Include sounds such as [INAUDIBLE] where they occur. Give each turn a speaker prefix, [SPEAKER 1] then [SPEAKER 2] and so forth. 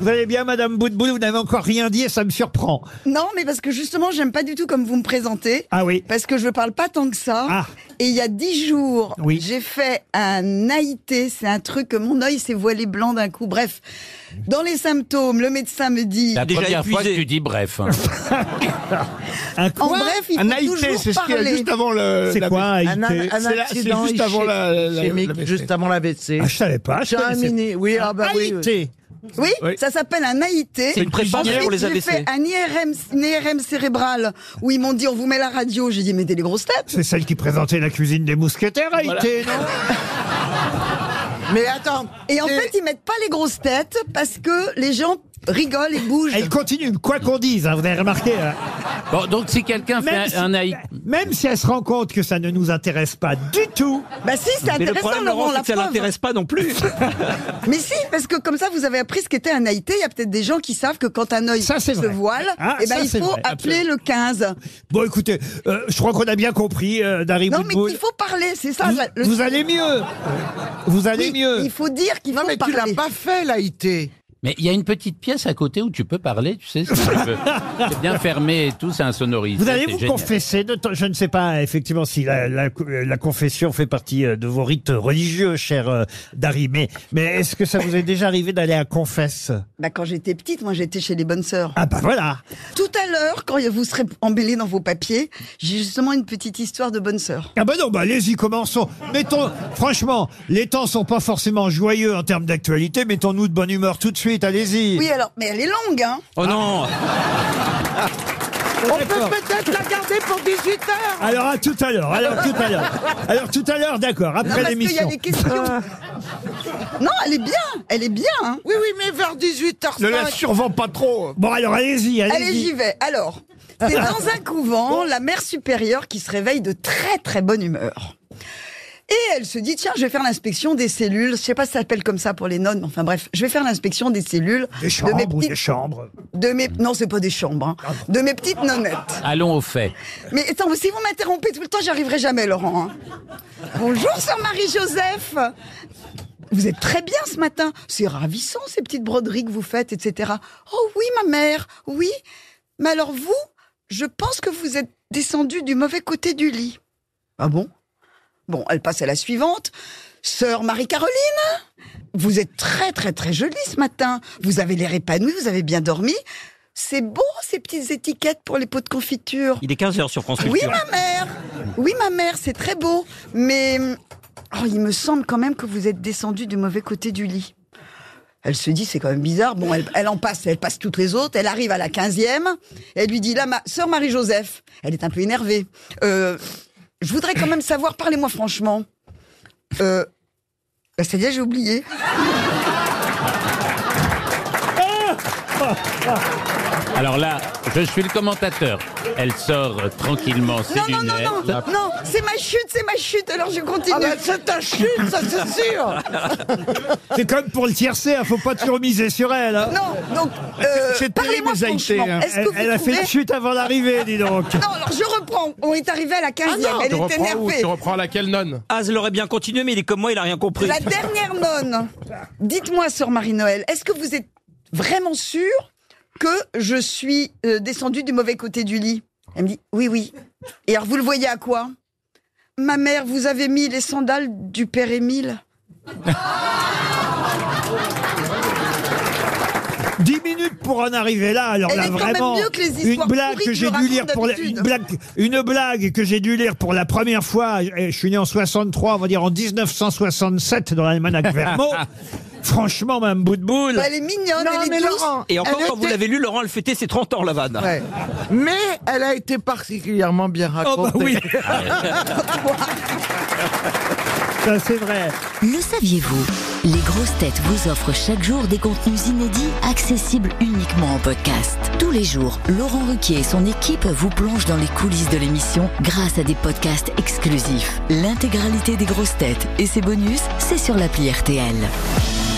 [SPEAKER 1] Vous allez bien, Madame Boutboul, vous n'avez encore rien dit et ça me surprend.
[SPEAKER 2] Non, mais parce que justement, j'aime pas du tout comme vous me présentez.
[SPEAKER 1] Ah oui.
[SPEAKER 2] Parce que je parle pas tant que ça.
[SPEAKER 1] Ah.
[SPEAKER 2] Et il y a dix jours,
[SPEAKER 1] Oui.
[SPEAKER 2] j'ai fait un AIT. C'est un truc que mon œil s'est voilé blanc d'un coup. Bref, dans les symptômes, le médecin me dit.
[SPEAKER 3] La
[SPEAKER 4] Déjà
[SPEAKER 3] première fois que
[SPEAKER 4] épuisé.
[SPEAKER 3] tu dis bref. hein.
[SPEAKER 1] Un
[SPEAKER 2] En
[SPEAKER 1] quoi
[SPEAKER 2] bref, il faut
[SPEAKER 5] Un AIT,
[SPEAKER 2] toujours
[SPEAKER 5] c'est ce qu'il y a
[SPEAKER 2] parler.
[SPEAKER 5] juste avant le.
[SPEAKER 1] C'est
[SPEAKER 5] Euh, la-
[SPEAKER 1] quoi un
[SPEAKER 6] un,
[SPEAKER 1] AIT
[SPEAKER 6] un
[SPEAKER 5] C'est la- c'est
[SPEAKER 6] accident
[SPEAKER 5] juste avant la- la- la-
[SPEAKER 6] ischémique,
[SPEAKER 5] la baissée.
[SPEAKER 6] juste avant l'AVC.
[SPEAKER 1] ah, Je savais pas. Je
[SPEAKER 6] C'est un
[SPEAKER 1] connaissais
[SPEAKER 6] mini, oui, ah
[SPEAKER 1] pas.
[SPEAKER 6] bah oui. oui.
[SPEAKER 1] AIT.
[SPEAKER 2] Oui,
[SPEAKER 5] Oui.
[SPEAKER 2] ça s'appelle un AIT.
[SPEAKER 4] C'est une prépa
[SPEAKER 2] Ensuite,
[SPEAKER 4] pour les
[SPEAKER 2] j'ai
[SPEAKER 4] AVC.
[SPEAKER 2] fait un IRM, une IRM cérébrale où ils m'ont dit on vous met la radio. J'ai dit mais t'es les grosses têtes.
[SPEAKER 1] C'est celle qui présentait la cuisine des mousquetaires, AIT, non
[SPEAKER 6] Mais attends,
[SPEAKER 2] Et en
[SPEAKER 6] c'est-
[SPEAKER 2] fait, ils mettent pas les grosses têtes parce que les gens rigolent et bougent.
[SPEAKER 1] Elle continue, quoi qu'on dise, hein, vous avez remarqué. hein.
[SPEAKER 3] Bon, donc si quelqu'un fait
[SPEAKER 1] Même,
[SPEAKER 3] un, un
[SPEAKER 1] si,
[SPEAKER 3] haï-
[SPEAKER 1] même si elle se rend compte que ça ne nous intéresse pas du tout,
[SPEAKER 2] Bah si, c'est
[SPEAKER 4] Mais le
[SPEAKER 2] intéressant,
[SPEAKER 4] problème,
[SPEAKER 2] Laurent,
[SPEAKER 4] Laurent, c'est
[SPEAKER 2] la
[SPEAKER 4] que ça
[SPEAKER 2] preuve.
[SPEAKER 4] l'intéresse pas non plus.
[SPEAKER 2] Mais si, parce que comme ça, vous avez appris ce qu'était un AIT. Il y a peut-être des gens qui savent que quand un œil
[SPEAKER 1] Ça, c'est
[SPEAKER 2] se
[SPEAKER 1] vrai.
[SPEAKER 2] voile,
[SPEAKER 1] Ah,
[SPEAKER 2] eh ben,
[SPEAKER 1] ça,
[SPEAKER 2] il
[SPEAKER 1] c'est
[SPEAKER 2] faut
[SPEAKER 1] vrai,
[SPEAKER 2] appeler le 15.
[SPEAKER 1] bon écoutez, euh, je crois qu'on a bien compris, euh, Dari
[SPEAKER 2] Non, mais
[SPEAKER 1] Boutboul.
[SPEAKER 2] qu'il faut parler, c'est ça.
[SPEAKER 1] Vous,
[SPEAKER 2] la- le-
[SPEAKER 1] vous allez mieux Vous allez
[SPEAKER 2] Oui,
[SPEAKER 1] mieux
[SPEAKER 2] Il faut dire qu'il
[SPEAKER 6] non
[SPEAKER 2] faut
[SPEAKER 6] mais tu
[SPEAKER 2] parler.
[SPEAKER 6] l'as pas fait l'AIT.
[SPEAKER 3] Mais il y a une petite pièce à côté où tu peux parler, tu sais, si tu veux. C'est bien fermé et tout, c'est insonorisé.
[SPEAKER 1] Vous allez
[SPEAKER 3] c'est
[SPEAKER 1] vous
[SPEAKER 3] génial.
[SPEAKER 1] confesser, de temps- je ne sais pas effectivement si la, la- la confession fait partie euh, de vos rites religieux, cher euh, Dari, mais, mais est-ce que ça vous est déjà arrivé d'aller à confesse
[SPEAKER 2] Bah, quand j'étais petite, moi, j'étais chez les bonnes sœurs.
[SPEAKER 1] Ah bah voilà
[SPEAKER 2] Tout à l'heure, quand vous serez embellé dans vos papiers, j'ai justement une petite histoire de bonnes sœurs.
[SPEAKER 1] Ah bah non, bah allez-y, commençons. Mettons, franchement, les temps sont pas forcément joyeux en termes d'actualité, mettons-nous de bonne humeur tout de suite, allez-y.
[SPEAKER 2] Oui, alors, mais elle est longue, hein.
[SPEAKER 4] Oh non
[SPEAKER 3] Ah,
[SPEAKER 6] On peut peut-être la garder pour 18 heures.
[SPEAKER 1] Alors à tout à l'heure, alors tout à l'heure. Alors tout à l'heure, d'accord,
[SPEAKER 2] Non,
[SPEAKER 1] après
[SPEAKER 2] parce qu'il y a
[SPEAKER 1] l'émission.
[SPEAKER 2] des questions.
[SPEAKER 6] [LAUGHS]
[SPEAKER 2] non, elle est bien, elle est bien, hein.
[SPEAKER 6] Oui oui, mais vers 18 h
[SPEAKER 5] Ne la survends pas trop.
[SPEAKER 1] Bon alors allez-y,
[SPEAKER 2] Allez,
[SPEAKER 1] allez-y.
[SPEAKER 2] j'y vais. Alors, c'est dans un couvent, la mère supérieure qui se réveille de très très bonne humeur. Et elle se dit, tiens, je vais faire l'inspection des cellules. Je sais pas si ça s'appelle comme ça pour les nonnes, mais enfin bref, je vais faire l'inspection des cellules
[SPEAKER 1] Des
[SPEAKER 2] de mes
[SPEAKER 1] chambres ou
[SPEAKER 2] petites,
[SPEAKER 1] des Ah chambres.
[SPEAKER 2] de mes, non, c'est pas des chambres, hein, de mes petites nonnettes.
[SPEAKER 3] Allons au fait.
[SPEAKER 2] Mais attends, si vous m'interrompez tout le temps, j'y arriverai jamais, Laurent. hein. Bonjour, sœur Marie-Joseph. Vous êtes très bien ce matin. C'est ravissant, ces petites broderies que vous faites, etc. Oh oui, ma mère, oui. Mais alors vous, je pense que vous êtes descendu du mauvais côté du lit. Ah bon Bon, elle passe à la suivante. Sœur Marie-Caroline, vous êtes très très très jolie ce matin. Vous avez l'air épanouie, vous avez bien dormi. C'est beau ces petites étiquettes pour les pots de confiture.
[SPEAKER 4] Il est 15h sur France
[SPEAKER 2] Oui,
[SPEAKER 4] Culture.
[SPEAKER 2] ma mère. Oui, ma mère, c'est très beau. Mais oh, il me semble quand même que vous êtes descendu du mauvais côté du lit. Elle se dit, c'est quand même bizarre. Bon, elle, elle en passe, elle passe toutes les autres. Elle arrive à la quinzième. Elle lui dit, là, ma sœur Marie-Joseph, elle est un peu énervée. Euh, je voudrais quand même savoir, parlez-moi franchement. Euh, bah, ça y est, j'ai oublié.
[SPEAKER 3] Alors là, je suis le commentateur. Elle sort euh, tranquillement ses
[SPEAKER 2] Non, non, non,
[SPEAKER 3] lunettes.
[SPEAKER 2] non, non, c'est ma chute, c'est ma chute. Alors je continue.
[SPEAKER 6] Ah bah, c'est ta chute, ça
[SPEAKER 4] [LAUGHS]
[SPEAKER 6] c'est sûr.
[SPEAKER 1] C'est comme pour le tiercé, hein, faut pas toujours miser sur elle. hein.
[SPEAKER 2] Non, donc, euh,
[SPEAKER 1] C'est terrible,
[SPEAKER 2] parlez-moi
[SPEAKER 1] les AIT,
[SPEAKER 2] franchement.
[SPEAKER 1] hein.
[SPEAKER 2] Est-ce
[SPEAKER 1] elle,
[SPEAKER 2] que vous
[SPEAKER 1] elle a fait
[SPEAKER 2] trouvez-
[SPEAKER 1] une chute avant l'arrivée, dis
[SPEAKER 2] [LAUGHS]
[SPEAKER 1] donc.
[SPEAKER 2] Non, Ah, alors je reprends. On est arrivé à la 15e. Elle
[SPEAKER 5] Ah
[SPEAKER 2] est
[SPEAKER 5] Tu reprends ou
[SPEAKER 2] énervée.
[SPEAKER 5] tu reprends laquelle nonne
[SPEAKER 4] Az l'aurait Ah, bien continué, mais il est comme moi, il a rien compris.
[SPEAKER 2] La dernière nonne. Dites-moi, sœur Marie-Noël, est-ce que vous êtes vraiment sûre que je suis euh, descendue du mauvais côté du lit Elle me dit oui, oui. Et alors, vous le voyez à quoi Ma mère, vous avez mis les sandales du père Émile.
[SPEAKER 1] 10 minutes pour en arriver là, alors
[SPEAKER 2] Elle
[SPEAKER 1] là
[SPEAKER 2] est quand même
[SPEAKER 1] vraiment
[SPEAKER 2] mieux que les
[SPEAKER 1] une
[SPEAKER 2] histoires
[SPEAKER 1] blague que
[SPEAKER 2] pourries que
[SPEAKER 1] j'ai
[SPEAKER 2] je
[SPEAKER 1] dû lire
[SPEAKER 2] raconte
[SPEAKER 1] pour la-
[SPEAKER 2] d'habitude.
[SPEAKER 1] une blague une blague que j'ai dû lire pour la première fois, et je suis né en 63, on va dire en 1967 dans l'almanach
[SPEAKER 2] [LAUGHS]
[SPEAKER 1] Vermont. Franchement, même bout de boule.
[SPEAKER 2] Bah, elle est mignonne,
[SPEAKER 6] Non,
[SPEAKER 2] elle
[SPEAKER 6] mais
[SPEAKER 2] est douce.
[SPEAKER 6] Laurent,
[SPEAKER 4] Et encore,
[SPEAKER 6] elle
[SPEAKER 4] quand vous
[SPEAKER 6] était-
[SPEAKER 4] l'avez lu, Laurent, elle fêtait ses 30 ans, la vanne.
[SPEAKER 6] Ouais. Mais elle a été particulièrement bien
[SPEAKER 1] Oh bah
[SPEAKER 4] Ah
[SPEAKER 6] racontée. [LAUGHS]
[SPEAKER 1] oui. Ça c'est vrai.
[SPEAKER 7] Le saviez-vous Les grosses têtes vous offrent chaque jour des contenus inédits accessibles uniquement en podcast. Tous les jours, Laurent Ruquier et son équipe vous plongent dans les coulisses de l'émission grâce à des podcasts exclusifs. L'intégralité des grosses têtes et ses bonus, c'est sur l'appli RTL.